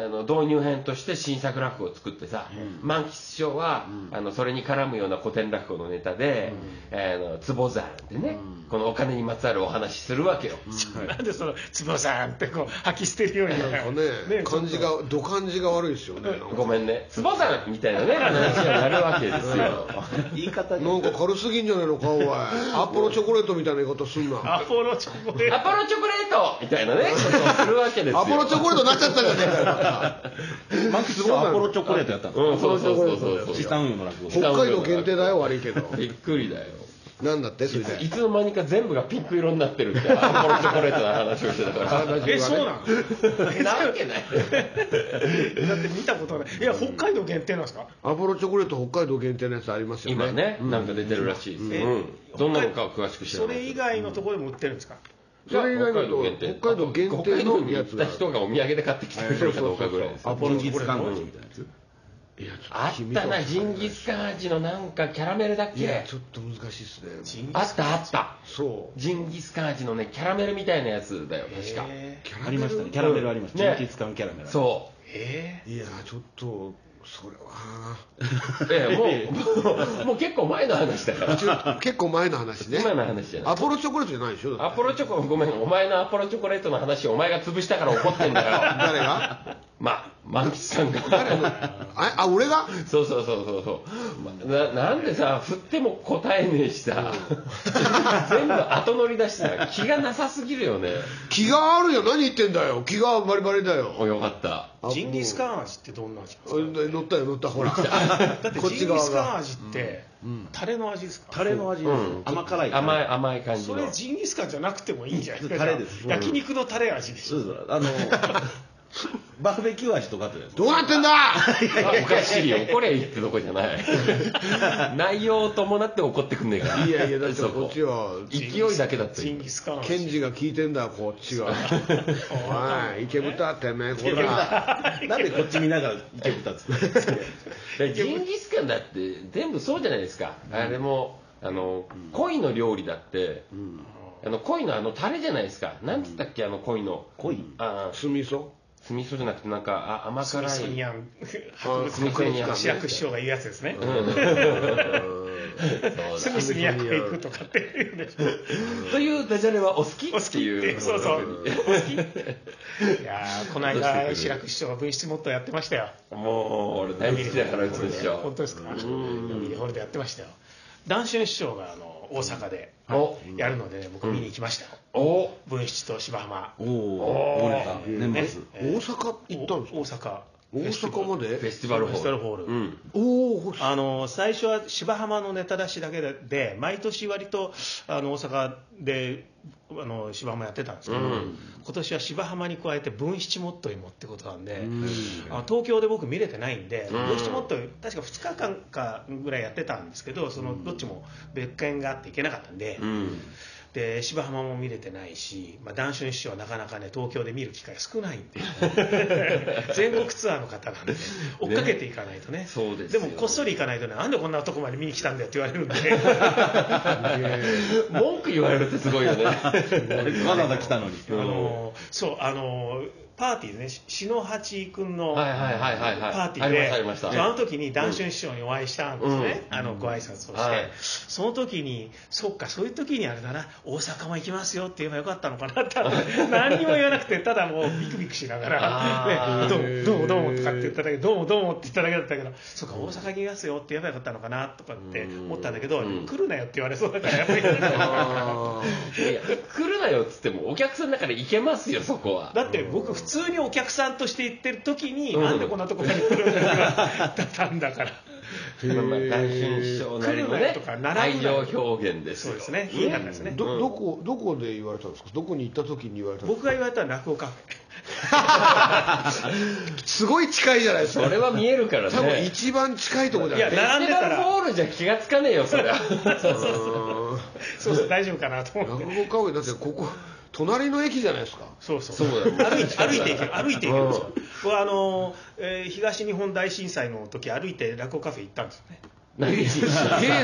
[SPEAKER 2] あの導入編として新作落語を作ってさ、満喫師匠は、あのそれに絡むような古典落語のネタで「あの壺座」ってね、このお金にまつわるお話しするわけよ、
[SPEAKER 4] なんでその「つぼさん」ってこう吐き捨てるようになん
[SPEAKER 3] どね
[SPEAKER 4] ね
[SPEAKER 3] 感じがど感じが悪いですよねなんか
[SPEAKER 2] ごめんね、つばさんみたいなね、話になるわけですよ。
[SPEAKER 1] 言い方
[SPEAKER 3] なんか軽すぎんじゃないのかお いアポロチョコレートみたいな言い方すんな
[SPEAKER 4] アポロチョコレ
[SPEAKER 2] ア
[SPEAKER 4] ー
[SPEAKER 2] ポロチョコレートみたいなね、ことをするわけですよ。
[SPEAKER 5] アポロチョコレートになっちゃったじゃねえかよ
[SPEAKER 1] マックスはアポロチョコレートやったの。
[SPEAKER 2] うん、そうそうそうそう
[SPEAKER 1] 資
[SPEAKER 2] そう。
[SPEAKER 1] 産運用の落語。
[SPEAKER 3] 北海道限定だよ悪いけど
[SPEAKER 2] びっくりだよ。
[SPEAKER 3] なんだってそれで
[SPEAKER 2] いつの間にか全部がピンク色になってる って、アポロチョコレートの話をしてたから。
[SPEAKER 4] トえそうなの
[SPEAKER 2] なわけない。
[SPEAKER 4] だって見たことないいや北海道限定なんですか
[SPEAKER 3] アポロチョコレート北海道限定のやつありますよね
[SPEAKER 2] 今ね、なんか出てるらしいです。うん。どんなのかを詳しく知ら
[SPEAKER 4] そ
[SPEAKER 2] ない
[SPEAKER 4] れ
[SPEAKER 2] け
[SPEAKER 4] 以
[SPEAKER 2] ど。
[SPEAKER 4] 外のところでも売ってるんですか
[SPEAKER 3] それ以外
[SPEAKER 2] 北
[SPEAKER 3] だ
[SPEAKER 2] 海道
[SPEAKER 3] と
[SPEAKER 2] 限定。
[SPEAKER 3] 北海道限定のやつ
[SPEAKER 2] 北海道に行
[SPEAKER 3] が
[SPEAKER 2] った人がお土産で買ってきてくれるかどうかぐらいです。
[SPEAKER 1] アポロギス看護師みたいなやつ。
[SPEAKER 2] あったな、ジンギスカン味のなんかキャラメルだっ
[SPEAKER 3] いや
[SPEAKER 2] け
[SPEAKER 3] ちょっと難しいですね
[SPEAKER 2] あったあった。
[SPEAKER 3] そ
[SPEAKER 2] ジンギスカン味のね、キャラメルみたいなやつだよ、確か。
[SPEAKER 4] え
[SPEAKER 3] うキャラ
[SPEAKER 1] あ
[SPEAKER 3] メ
[SPEAKER 1] り
[SPEAKER 3] ル
[SPEAKER 1] ましたね。キャラメルありました。
[SPEAKER 2] ね
[SPEAKER 1] ジンギスカンキャラメル。
[SPEAKER 2] そ
[SPEAKER 4] え
[SPEAKER 3] いやちょっとそれは
[SPEAKER 2] う。ええ、 もう、もう結構前の話だから。
[SPEAKER 3] ちょっと結構前の話ね
[SPEAKER 2] 今の話じゃない。
[SPEAKER 3] アポロチョコレートじゃないでしょだっ
[SPEAKER 2] アポロチョコ、ごめん、お前のアポロチョコレートの話、お前が潰したから怒ってんだ
[SPEAKER 3] て
[SPEAKER 2] よ。
[SPEAKER 3] 誰が
[SPEAKER 2] ま、満喫さんが。
[SPEAKER 3] ああ俺が
[SPEAKER 2] そうそうそうそうそう。ななんでさ、振っても答えねえしさ、全部後乗り出してさ、気がなさすぎるよね。
[SPEAKER 3] 気があるよ何言ってんだよ気がバリバリだよ
[SPEAKER 2] およかった。
[SPEAKER 4] ージンギスカン味ってどんな味なんですか
[SPEAKER 3] 乗ったよ乗ったほら
[SPEAKER 4] だって
[SPEAKER 3] こっ
[SPEAKER 4] ジ
[SPEAKER 3] ち
[SPEAKER 4] ンギ
[SPEAKER 3] 側
[SPEAKER 4] スカ
[SPEAKER 3] が
[SPEAKER 4] ン味ってタレの味ですか
[SPEAKER 1] タレの味です
[SPEAKER 2] うん
[SPEAKER 1] 甘辛い。
[SPEAKER 2] 甘い、甘い感じ
[SPEAKER 4] そ
[SPEAKER 2] の
[SPEAKER 4] れ。ジンギスカンじゃなくてもいいんじゃないですか
[SPEAKER 1] タレですうん
[SPEAKER 4] 焼肉のタレ味でし
[SPEAKER 1] そ
[SPEAKER 4] ょ
[SPEAKER 1] うそう。あの、バーベキュー味とかってやつ。
[SPEAKER 3] どうなってんだ
[SPEAKER 2] おかしいよ、怒れいってとこじゃない。内容を伴って怒ってくんねえから。
[SPEAKER 3] いやいやだって
[SPEAKER 2] そ
[SPEAKER 3] こっちは
[SPEAKER 2] 勢いだけだった
[SPEAKER 4] ジン
[SPEAKER 2] よ
[SPEAKER 4] ギスカン
[SPEAKER 3] 検
[SPEAKER 4] 味
[SPEAKER 3] 事が聞いてんだこっちがおい池豚てめえこら
[SPEAKER 1] なんでこっち見ながら池豚っつって。
[SPEAKER 2] でジンギスカンだって全部そうじゃないですか。あれも、あの、恋の料理だって、あの、恋のあのタレじゃないですか。なんつったっけ、あの恋の。
[SPEAKER 1] 濃い
[SPEAKER 2] あー
[SPEAKER 3] 酢味噌
[SPEAKER 2] 酢味噌じゃなくて、なんか、あ甘
[SPEAKER 4] ソ
[SPEAKER 2] 辛
[SPEAKER 4] ニ
[SPEAKER 2] い。
[SPEAKER 4] ソニアン博
[SPEAKER 2] スミ
[SPEAKER 4] 物
[SPEAKER 2] ソニアン
[SPEAKER 4] 館の志らく師匠が言うやつですね
[SPEAKER 2] そう
[SPEAKER 4] スミス宮古行くとかって言うんでしょ
[SPEAKER 2] だというダジャレはお好き
[SPEAKER 4] お好
[SPEAKER 2] って
[SPEAKER 4] きっ
[SPEAKER 2] い
[SPEAKER 4] て
[SPEAKER 2] う。
[SPEAKER 4] そうそうお好きいやーこの間志らく師匠が分室もっとやってましたよ
[SPEAKER 2] もう、俺大好きだから、うちの師
[SPEAKER 4] 本
[SPEAKER 2] 匠。
[SPEAKER 4] 当ですか読売ホールでやってましたよ談春師匠があの大阪で
[SPEAKER 2] お、
[SPEAKER 4] やるのでね僕見に行きましたよ
[SPEAKER 2] お、
[SPEAKER 4] 分室と芝浜
[SPEAKER 1] おおー、忘れた。年末。
[SPEAKER 3] 大阪行ったんですか
[SPEAKER 4] 大阪
[SPEAKER 3] 大阪まで
[SPEAKER 2] フェスティ
[SPEAKER 4] フ
[SPEAKER 2] バル
[SPEAKER 4] ェ
[SPEAKER 2] ホ
[SPEAKER 4] スティバ
[SPEAKER 2] ー
[SPEAKER 4] ル
[SPEAKER 2] ル。
[SPEAKER 4] ホール
[SPEAKER 2] うん。
[SPEAKER 3] おお
[SPEAKER 4] あの最初は芝浜のネタ出しだけで毎年割とあの大阪であの芝浜やってたんですけど、今年は芝浜に加えて分七もっといもってことなんで、あの東京で僕見れてないんで、分七もっといも確か2日間かぐらいやってたんですけどそのどっちも別件があって行けなかったんで,、
[SPEAKER 2] うん。
[SPEAKER 4] で芝浜も見れてないし、まあ、談春師匠はなかなかね東京で見る機会少ないんで 全国ツアーの方なんで追っかけていかないとね
[SPEAKER 2] そうです
[SPEAKER 4] で
[SPEAKER 2] よ
[SPEAKER 4] もこっそり行かないとねなんでこんなとこまで見に来たんだよって言われるんで
[SPEAKER 2] 文句言われるってすごいよね。
[SPEAKER 1] わざわざ来たのに。
[SPEAKER 4] あのそうあのパーティーでねし篠八君の
[SPEAKER 2] はいはいはいはいはい
[SPEAKER 4] パーティーで、
[SPEAKER 2] ありましたありました
[SPEAKER 4] そうあの時に談春師匠にお会いしたんですね、あのご挨拶をして、
[SPEAKER 2] はい
[SPEAKER 4] その時にそっかそういう時にあれだな大阪も行きますよって言えばよかったのかなって 何にも言わなくてただもうビクビクしなが
[SPEAKER 2] あ
[SPEAKER 4] ら、
[SPEAKER 6] ー
[SPEAKER 4] ね、どうもどうもどうもとかって言っただけどうもどうもって言っただけだったけどそっか大阪行きますよって言えばよかったのかなとかって思ったんだけど、
[SPEAKER 2] うん
[SPEAKER 4] 来るなよって言われそうだからやっぱ り
[SPEAKER 2] いやいや来るなよっつってもお客さんだから行けますよそこは
[SPEAKER 4] だって僕普通にお客さんとして行ってる時に、
[SPEAKER 2] うん
[SPEAKER 4] なんでこんなとこまで来るんだだったんだから。
[SPEAKER 2] まあまあ大臣師匠なりの
[SPEAKER 4] 来るなよ
[SPEAKER 2] ね
[SPEAKER 4] とか
[SPEAKER 2] 愛
[SPEAKER 4] 並ぶな
[SPEAKER 2] 情
[SPEAKER 4] よ
[SPEAKER 2] 表現です
[SPEAKER 4] そう
[SPEAKER 2] よ
[SPEAKER 4] ですね。いい方ですね。
[SPEAKER 3] どどこどこで言われたんですかどこに行った時に言われたんです
[SPEAKER 4] 僕が言われたら落語カフ
[SPEAKER 3] すごい近いじゃないです
[SPEAKER 2] そ
[SPEAKER 3] か
[SPEAKER 2] れは見えるから
[SPEAKER 3] 多分
[SPEAKER 2] ね
[SPEAKER 3] 一番近いとこじゃ
[SPEAKER 4] ェ。い
[SPEAKER 3] な
[SPEAKER 4] や、
[SPEAKER 3] い
[SPEAKER 4] 並
[SPEAKER 3] ですか
[SPEAKER 4] んでた
[SPEAKER 2] フェスティバル
[SPEAKER 4] ら、
[SPEAKER 2] ホールじゃ気がつかねえよそりゃ
[SPEAKER 4] そうそう、大丈夫かなと思って。
[SPEAKER 3] 落語カフェだってここ隣の駅じゃないですか
[SPEAKER 4] そうそう。
[SPEAKER 2] そうだ
[SPEAKER 4] 歩いて、歩いていける、歩いていけるんですよ。僕はあの、えー東日本大震災の時、歩いて落語カフェ行ったんですよね。
[SPEAKER 2] 何すげえ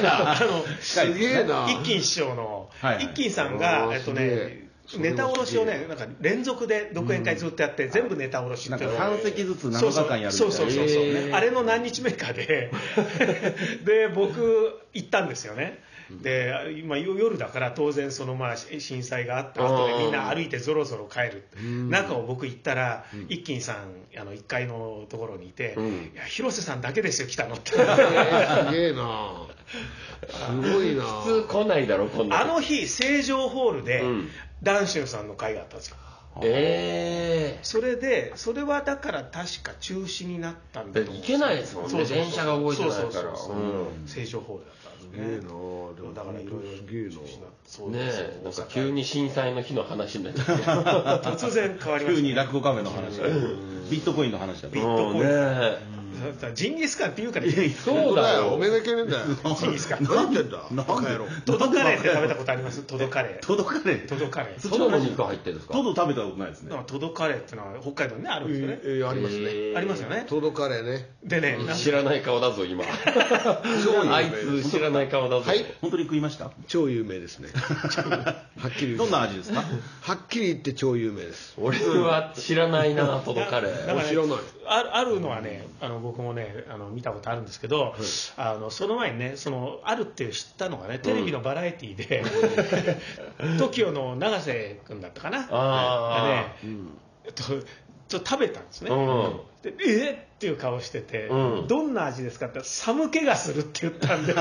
[SPEAKER 2] な
[SPEAKER 4] あの、
[SPEAKER 1] 近い
[SPEAKER 3] すげえな
[SPEAKER 4] 一斤師匠の
[SPEAKER 1] はいはい
[SPEAKER 4] 一斤さん
[SPEAKER 3] あ
[SPEAKER 4] が
[SPEAKER 3] ー
[SPEAKER 4] えっと
[SPEAKER 3] すげえ
[SPEAKER 4] ね
[SPEAKER 3] それは
[SPEAKER 4] ネタ卸しをねなんか連続で独演会ずっとやって全部ネタ卸しっていうのを
[SPEAKER 1] なんか三席ずつ7日間やるみたいな
[SPEAKER 4] そうそうそうそうそうあれの何日目 かでで僕行ったんですよねで今夜だから当然そのまあ震災があった後でみんな歩いてぞろぞろ帰る中を僕行ったら一斤さんあの1階のところにいて
[SPEAKER 2] ん
[SPEAKER 4] 「いや広瀬さんだけですよ来た の」って。
[SPEAKER 3] すげえなすごいな
[SPEAKER 2] 普通来ないだろこんな
[SPEAKER 4] あの日、成城ホールで
[SPEAKER 2] うん、
[SPEAKER 4] ダンシュンさんの会があったんですよ。
[SPEAKER 2] ええ
[SPEAKER 4] それで、それはだから確か中止になったん
[SPEAKER 2] だ
[SPEAKER 4] だ
[SPEAKER 2] って
[SPEAKER 4] と思う
[SPEAKER 2] 行
[SPEAKER 4] ん
[SPEAKER 2] けないですもんね電車が動いてない
[SPEAKER 4] そう
[SPEAKER 2] か
[SPEAKER 4] そう
[SPEAKER 2] ら
[SPEAKER 4] そう
[SPEAKER 2] うん
[SPEAKER 4] 成城ホールだったん
[SPEAKER 3] すげ
[SPEAKER 4] で
[SPEAKER 3] え
[SPEAKER 4] す
[SPEAKER 3] なで
[SPEAKER 4] ね。
[SPEAKER 3] も
[SPEAKER 4] だからいろいろ
[SPEAKER 3] すげえな
[SPEAKER 4] そう
[SPEAKER 2] ね
[SPEAKER 4] です
[SPEAKER 2] えなんか急に震災の日の話になっちゃった
[SPEAKER 4] 突然変わりま
[SPEAKER 1] 急
[SPEAKER 4] し
[SPEAKER 1] に
[SPEAKER 4] たね。
[SPEAKER 1] 落語カフェの話だビットコインの話だ
[SPEAKER 4] ビット
[SPEAKER 2] も
[SPEAKER 4] コ
[SPEAKER 2] う
[SPEAKER 4] イン
[SPEAKER 2] ね
[SPEAKER 4] だからジンギスカンって言うからいけない
[SPEAKER 2] そうだよ
[SPEAKER 3] おめでけねえんだよ
[SPEAKER 4] ジンギスカン。
[SPEAKER 3] 何言ってんだバカ野郎
[SPEAKER 4] トドカレーって食べたことありますトドカレー。
[SPEAKER 1] 届かねえ
[SPEAKER 4] トドカレー。
[SPEAKER 2] その肉入ってるんですか
[SPEAKER 1] トド食べたことないですね
[SPEAKER 4] トドカレーってのは北海道にね、あるんですよね。
[SPEAKER 3] えーありますね
[SPEAKER 4] ありますよね。
[SPEAKER 3] トドカレーね
[SPEAKER 4] でね、なんか
[SPEAKER 2] 知らない顔だぞ今あいつ知らない顔だぞ、
[SPEAKER 3] はい
[SPEAKER 1] 本当に食いました
[SPEAKER 3] 超有名 ですねはっきり言
[SPEAKER 1] ど
[SPEAKER 3] うん
[SPEAKER 1] な味ですか
[SPEAKER 3] はっきり言って超有名です
[SPEAKER 2] 俺は知らないな届かれ
[SPEAKER 4] だからね
[SPEAKER 3] 知らない
[SPEAKER 4] ああるのはね、あの僕もねあの見たことあるんですけど、あのその前にねそのあるっていう知ったのがねテレビのバラエティーで、TOKIO の永瀬君だったかな
[SPEAKER 2] あ
[SPEAKER 4] がね、えっとちょっと食べたんですね、
[SPEAKER 2] うん
[SPEAKER 4] でえーっていう顔してて、
[SPEAKER 2] うん
[SPEAKER 4] どんな味ですかって寒気がするって言った んで、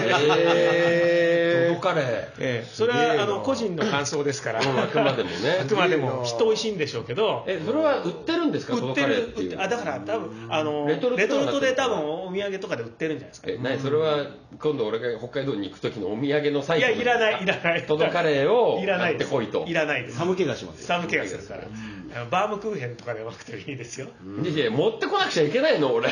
[SPEAKER 2] えー、トドカレー
[SPEAKER 4] ええそれはあの個人の感想ですから、
[SPEAKER 2] うんあくまでもね
[SPEAKER 4] あくまでもきっと美味しいんでしょうけど、
[SPEAKER 2] えそれは売ってるんですか
[SPEAKER 4] 売
[SPEAKER 2] ト
[SPEAKER 4] っ
[SPEAKER 2] ド
[SPEAKER 4] て
[SPEAKER 2] カレ
[SPEAKER 4] る
[SPEAKER 2] ーって
[SPEAKER 4] 売
[SPEAKER 2] い
[SPEAKER 4] って
[SPEAKER 2] う
[SPEAKER 4] あだから多分あの
[SPEAKER 2] レ
[SPEAKER 4] レ
[SPEAKER 2] ト
[SPEAKER 4] ト
[SPEAKER 2] ル
[SPEAKER 4] ル
[SPEAKER 2] ト
[SPEAKER 4] トで多分お土産とかで売ってるんじゃないですか
[SPEAKER 2] え何それは今度俺が北海道に行く時のお土産の最
[SPEAKER 4] い
[SPEAKER 2] 後
[SPEAKER 4] や
[SPEAKER 2] に
[SPEAKER 4] いらないいらない
[SPEAKER 2] トドカレーを
[SPEAKER 4] いらな
[SPEAKER 2] 買
[SPEAKER 4] い
[SPEAKER 2] っ
[SPEAKER 4] で
[SPEAKER 2] て
[SPEAKER 4] す
[SPEAKER 2] こいと
[SPEAKER 4] いらないです
[SPEAKER 1] 寒気がしますよ
[SPEAKER 4] 寒気がするからバームクーヘンとかでなくてもいいですよ
[SPEAKER 2] いやいや持ってこなくちゃいけないの 俺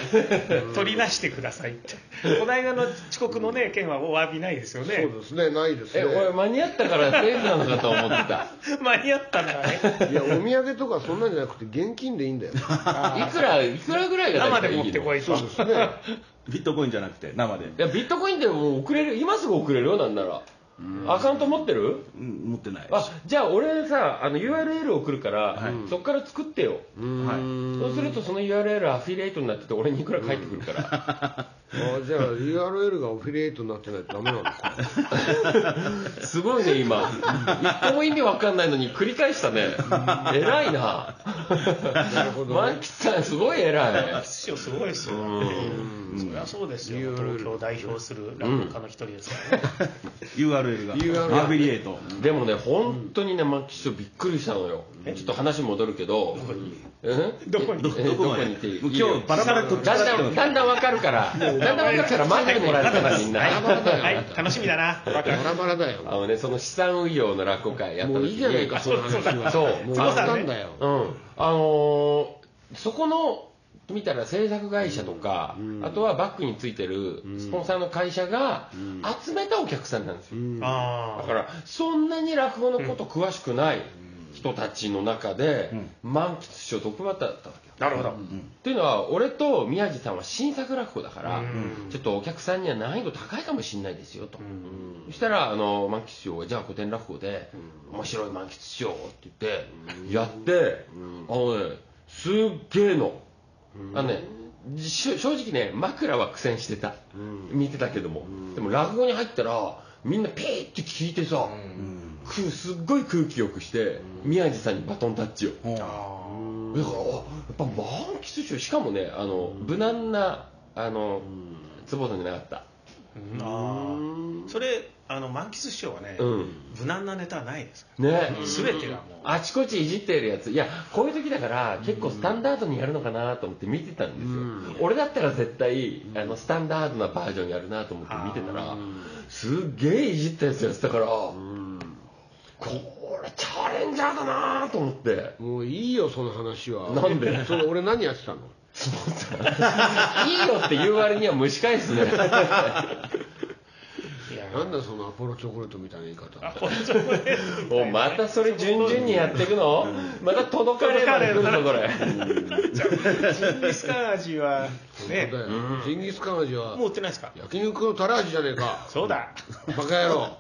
[SPEAKER 4] 取り出してくださいってこの間の遅刻のね件はお詫びないですよね
[SPEAKER 3] そうですねないです
[SPEAKER 2] え俺
[SPEAKER 3] ね
[SPEAKER 2] 間に合ったからセーフなのかと思ってた
[SPEAKER 4] 間に合ったんだね
[SPEAKER 3] いやお土産とかそんなんじゃなくて現金でいいん だよ
[SPEAKER 2] いくらいくらぐらいが
[SPEAKER 4] 生
[SPEAKER 2] 大体
[SPEAKER 4] で
[SPEAKER 2] いいの
[SPEAKER 4] 持ってこいと
[SPEAKER 1] ビットコインじゃなくて生で
[SPEAKER 2] いやビットコインでもう送れる今すぐ送れるよなんならアカウント持ってる
[SPEAKER 1] うん持ってない
[SPEAKER 2] あじゃあ俺さあの URL 送るから、そっから作ってよ
[SPEAKER 1] は
[SPEAKER 2] そうするとその URL アフィリエイトになってて俺にいくら返ってくるから、
[SPEAKER 3] あじゃあ URL がアフィリエイトになってないとダメなのか
[SPEAKER 2] すごいね今一個も意味わかんないのに繰り返したね偉いな
[SPEAKER 3] なるほどね
[SPEAKER 2] 満喫さんすごい偉い
[SPEAKER 4] 師匠すごいですよそりゃそうですよ東京を代表する落語家の一人ですからね
[SPEAKER 1] い URL が
[SPEAKER 3] URL
[SPEAKER 1] アフィリエイト
[SPEAKER 2] でもね本当にね満喫師匠びっくりしたのよちょっと話戻るけどうん
[SPEAKER 4] どこに
[SPEAKER 2] え
[SPEAKER 1] どこま
[SPEAKER 2] どこ
[SPEAKER 1] で
[SPEAKER 2] にっていい
[SPEAKER 1] もう今日バラバラとっちゃっ
[SPEAKER 2] だん
[SPEAKER 1] て
[SPEAKER 2] だ
[SPEAKER 1] ま
[SPEAKER 2] ん
[SPEAKER 1] す
[SPEAKER 2] だんだんわかるからだんだんわかるから待ってもらえるからみんな
[SPEAKER 4] はい楽しみだなワクワ
[SPEAKER 3] バ
[SPEAKER 4] ク
[SPEAKER 3] ラバラだよ
[SPEAKER 2] あのねその資産運用の落語会やった
[SPEAKER 3] もう
[SPEAKER 2] 時に
[SPEAKER 3] いいじゃないかその話は
[SPEAKER 2] そう
[SPEAKER 3] もう終
[SPEAKER 4] 坪
[SPEAKER 3] わっ
[SPEAKER 4] さんね
[SPEAKER 3] たんだよ
[SPEAKER 2] うんあのーそこの見たら制作会社とか、あとはバックについてるスポンサーの会社が集めたお客さんなんですよ、だ
[SPEAKER 4] あ
[SPEAKER 2] からそんなに落語のこと詳しくない人たちの中で、満喫師匠トップバッターだったわけよ
[SPEAKER 4] あなるほど、
[SPEAKER 2] っていうのは俺と宮地さんは新作落語だから、ちょっとお客さんには難易度高いかもしれないですよと、そしたらあの満喫師匠がじゃあ古典落語で、面白い満喫しようって言って、やって、あのねすっげえの、あのねし正直ね枕は苦戦してた、見てたけども、でも落語に入ったらみんなピーって聞いてさ、くすっごい空気よくして、宮地さんにバトンタッチを、だからあやっぱ満喫しようしかもねあの無難なあの坪さんじゃなかった
[SPEAKER 4] あーそれあの満喫師匠はね、
[SPEAKER 2] うん
[SPEAKER 4] 無難なネタはないですか
[SPEAKER 2] ね
[SPEAKER 4] ら全てがもう
[SPEAKER 2] あちこちいじってるやついやこういう時だから結構スタンダードにやるのかなと思って見てたんですよ俺だったら絶対あのスタンダードなバージョンやるなと思って見てたらすっげえいじったやつやってたからこれチャレンジャーだなと思って
[SPEAKER 6] もういいよその話は
[SPEAKER 2] なん で
[SPEAKER 6] その俺何やってたの
[SPEAKER 2] いいよって言う割には蒸し返すね
[SPEAKER 4] いや
[SPEAKER 6] なんだそのアポロチョコレートみたいな言い方
[SPEAKER 2] おまたそれ順々にやっていくのまた届かれば来るぞこれ
[SPEAKER 4] ジンギスカン味はね
[SPEAKER 6] だよジンギスカン味は
[SPEAKER 4] もう売ってないですか
[SPEAKER 6] 焼肉のタラ味じゃねえ か
[SPEAKER 4] そうだ
[SPEAKER 6] バカ野郎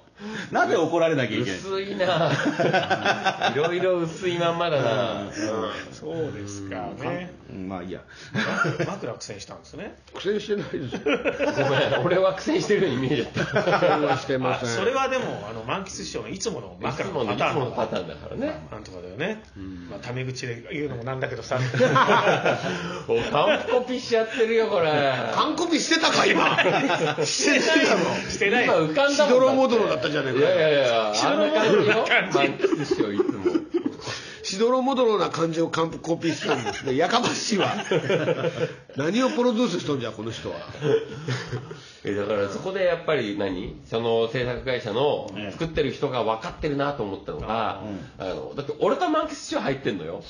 [SPEAKER 1] なぜ怒られなきゃいけない
[SPEAKER 2] 薄い ないろいろ薄いまんまだな
[SPEAKER 4] そうですかね
[SPEAKER 1] うんまあいいや。
[SPEAKER 4] 枕苦戦したんですね
[SPEAKER 6] 苦戦してないですよ
[SPEAKER 2] ごめん俺は苦戦してるように見えちゃっ
[SPEAKER 6] 苦戦 はしてません
[SPEAKER 4] それはでもあの満喫師匠のいつもの
[SPEAKER 2] たい
[SPEAKER 4] 枕
[SPEAKER 2] つも
[SPEAKER 4] の
[SPEAKER 2] の
[SPEAKER 4] パ
[SPEAKER 2] い
[SPEAKER 4] タ
[SPEAKER 2] つ
[SPEAKER 4] ー
[SPEAKER 2] も
[SPEAKER 4] ン
[SPEAKER 2] のパターンだからね
[SPEAKER 4] なんとかだよね、まあ、タメ口で言うのもなんだけどさ
[SPEAKER 2] お完コピしちゃってるよこれ
[SPEAKER 6] 完コピしてたか今
[SPEAKER 4] してないしてない
[SPEAKER 2] 今浮かんだもん
[SPEAKER 6] しどろもどろだったじゃねえ
[SPEAKER 2] い
[SPEAKER 6] か
[SPEAKER 2] や
[SPEAKER 6] よ
[SPEAKER 2] いやいやあんな感じよ
[SPEAKER 4] しどろもど
[SPEAKER 2] 満
[SPEAKER 4] ろな感じ
[SPEAKER 2] 喫師匠いつも
[SPEAKER 6] しどろもどろな感じを完コピしてたんですねやかましい わ何をプロデュースしとんじゃこの人は
[SPEAKER 2] えだからそこでやっぱり何その制作会社の作ってる人が分かってるなと思ったのが、あのだって俺と満喫師匠入ってんのよ、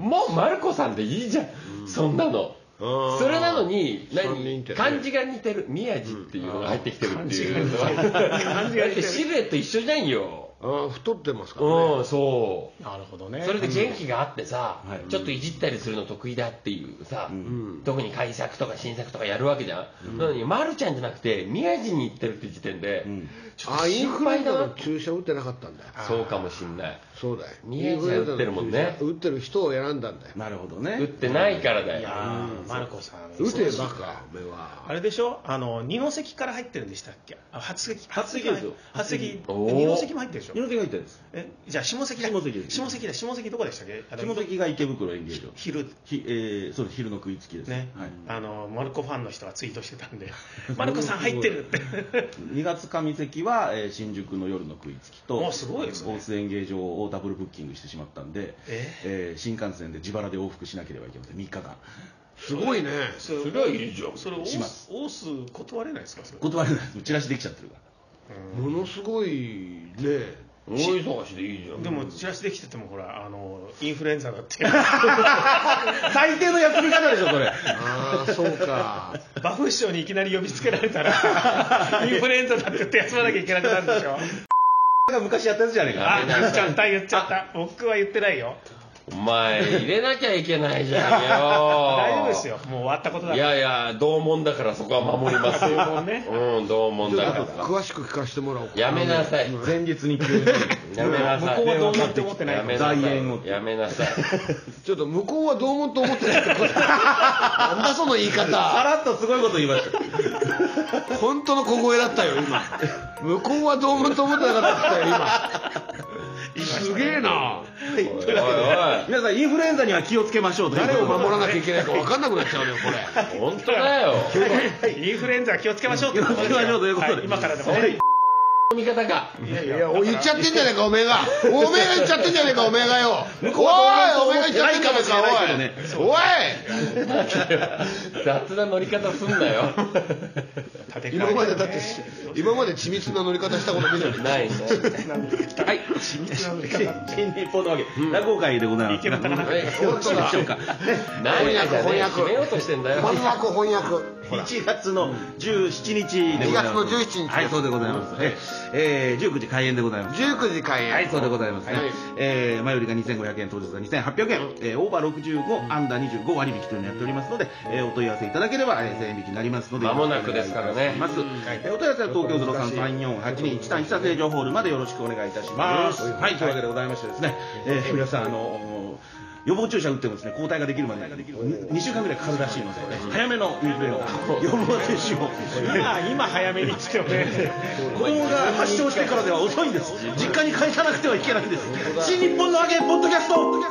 [SPEAKER 2] もうマルコさんでいいじゃん、そんなの、
[SPEAKER 6] うん
[SPEAKER 2] それなのに
[SPEAKER 6] 三人
[SPEAKER 2] 何、
[SPEAKER 6] ってね
[SPEAKER 2] 漢字が似てる宮地っていうのが入ってきてるっていうのは、
[SPEAKER 4] 漢字が
[SPEAKER 2] だっ
[SPEAKER 4] 似て
[SPEAKER 2] て
[SPEAKER 4] る
[SPEAKER 2] シルエット一緒じゃんよ
[SPEAKER 6] あー太ってますからね
[SPEAKER 2] うんそう
[SPEAKER 4] なるほどね
[SPEAKER 2] それで元気があってさ、
[SPEAKER 1] はい
[SPEAKER 2] ちょっといじったりするの得意だっていうさ、特に改作とか新作とかやるわけじゃん、なのに、ま、るちゃんじゃなくて宮地に行ってるって時点で、ちょっ
[SPEAKER 6] あ
[SPEAKER 2] と
[SPEAKER 6] ーイン
[SPEAKER 2] 心
[SPEAKER 6] フルエン
[SPEAKER 2] 配
[SPEAKER 6] ザ
[SPEAKER 2] だ
[SPEAKER 6] の
[SPEAKER 2] な
[SPEAKER 6] 注射打ってなかったんだよ
[SPEAKER 2] そうかもしんない
[SPEAKER 6] そうだよ
[SPEAKER 2] 宮地は打ってるもんね
[SPEAKER 6] インフルエンザの注射打ってる人を選んだんだよ
[SPEAKER 1] なるほど
[SPEAKER 2] 打っ
[SPEAKER 1] ね。
[SPEAKER 2] てないからだ
[SPEAKER 4] い
[SPEAKER 2] よ
[SPEAKER 4] やーマルコさん
[SPEAKER 6] 打てバカおめえ
[SPEAKER 4] あ
[SPEAKER 6] は
[SPEAKER 4] れでしょあの二の関から入ってるんでしたっけあ初関初関
[SPEAKER 1] ですよ
[SPEAKER 4] 初関
[SPEAKER 2] おー
[SPEAKER 4] 二の関も入ってるでし
[SPEAKER 1] 猪
[SPEAKER 4] ょ
[SPEAKER 1] 木が言ったんです。
[SPEAKER 4] えじゃあ下関だ
[SPEAKER 1] 下関です
[SPEAKER 4] 下関だ下関どこでしたっけあの
[SPEAKER 1] 下関が池袋演芸場。
[SPEAKER 4] 昼
[SPEAKER 1] ひえー、そうです昼の食いつきです。
[SPEAKER 4] ね、
[SPEAKER 1] はい。
[SPEAKER 4] あのマルコファンの人がツイートしてたんで 「マルコさん入ってる」って
[SPEAKER 1] 2月上関は、えー新宿の夜の食いつきと
[SPEAKER 4] おすごいですね
[SPEAKER 1] 大津演芸場をダブルブッキングしてしまったんで、
[SPEAKER 4] え
[SPEAKER 1] ー新幹線で自腹で往復しなければいけません3日間
[SPEAKER 6] すごいね
[SPEAKER 4] それ
[SPEAKER 2] それはいいじゃん
[SPEAKER 4] それオ
[SPEAKER 1] しま
[SPEAKER 4] ース断れないですかそれ
[SPEAKER 1] 断れないですチラシできちゃってるから
[SPEAKER 6] ものすごいね
[SPEAKER 2] 大忙しでいいじゃん
[SPEAKER 4] でもチラシできててもほらあのインフルエンザだって
[SPEAKER 1] 最低の休み方でしょそれ
[SPEAKER 6] ああそうか
[SPEAKER 4] バフ師匠にいきなり呼びつけられたらインフルエンザだって言って休まなきゃいけなくなるでしょ
[SPEAKER 1] が昔やったやつじゃねえか
[SPEAKER 4] あ言っちゃった言っちゃった僕は言ってないよ
[SPEAKER 2] お前入れなきゃいけないじゃんよ
[SPEAKER 4] 大丈夫ですよもう終わったことだ
[SPEAKER 2] いやいや同門だからそこは守りますよ
[SPEAKER 4] 同門ね
[SPEAKER 2] うん同門
[SPEAKER 6] ちょ
[SPEAKER 2] だ
[SPEAKER 6] っ
[SPEAKER 2] か
[SPEAKER 6] と
[SPEAKER 2] ら
[SPEAKER 6] 詳しく聞かせてもらおうか
[SPEAKER 2] やめなさい
[SPEAKER 1] 前日に急に
[SPEAKER 2] やめなさい
[SPEAKER 4] 向こうは同門って思ってない
[SPEAKER 2] やめなさい
[SPEAKER 1] 財源を
[SPEAKER 2] やめな さい
[SPEAKER 6] ちょっと向こうはどう思うと思ってないってことなん だその言い
[SPEAKER 1] さ
[SPEAKER 6] 方
[SPEAKER 1] らっとすごいこと言いました
[SPEAKER 6] 本当の小声だったよ今向こうはどう思うと思ってなかったって言ったよ今すげえな
[SPEAKER 2] おいおい
[SPEAKER 1] 皆さんインフルエンザには気をつけましょうと
[SPEAKER 6] 誰を 守らなきゃいけないか分かんなくなっちゃうねこれ
[SPEAKER 2] 本当だよ。
[SPEAKER 4] インフルエンザは気をつけましょうって
[SPEAKER 1] 気をつけましょうということで
[SPEAKER 4] は今からでも
[SPEAKER 1] は
[SPEAKER 4] ね
[SPEAKER 1] い
[SPEAKER 2] の見方か。
[SPEAKER 4] いやい
[SPEAKER 3] いや、お言っちゃってんじゃねえか、おめえが。おめえが言っちゃってんじゃねえか、おめえがよ。おい、おめえが言っちゃってんじゃねえか、おい。おい、
[SPEAKER 2] 雑な乗り方すんなよ。
[SPEAKER 4] 立て替え
[SPEAKER 3] 今までだって、今まで緻密な乗り方したことねえじゃねえか。
[SPEAKER 2] ないね。はい。
[SPEAKER 1] 新日本のわけ、落語会でございます。
[SPEAKER 4] いけるかな
[SPEAKER 2] はい
[SPEAKER 3] 本当だ
[SPEAKER 1] どうか。
[SPEAKER 2] 何やじゃね
[SPEAKER 3] 翻
[SPEAKER 2] え
[SPEAKER 3] 訳
[SPEAKER 2] 決めようとしてん だよ。
[SPEAKER 3] 翻訳、翻訳。
[SPEAKER 1] 1月の17日でございます。
[SPEAKER 3] 2月の17日
[SPEAKER 1] はい、そうでございます。はいえー、19時開演でございます。
[SPEAKER 3] 19時開演。
[SPEAKER 1] はい、そうでございますね。
[SPEAKER 2] はい
[SPEAKER 1] えー、前売りが2500円、当日が2800円、えー、オーバー65、アンダー25割引というのをやっておりますので、えー、お問い合わせいただければ、えー、1000円引きになりますので、
[SPEAKER 2] 間もなくですからね
[SPEAKER 1] よろしくお願いいたします。えーお問い合わせは東京033482、一旦久成城ホールまでよろしくお願いいたします。はい、というわけでございましてですね、えー、皆さん、あのー予防注射打ってもですね、抗体ができるまで2週間ぐらいかかるらしいので、早めの水辺の予防接種を。
[SPEAKER 4] 今今早めに来てもね
[SPEAKER 1] 子供が発症してからでは遅いんです実家に帰さなくてはいけないんです新日本の揚げポッドキャスト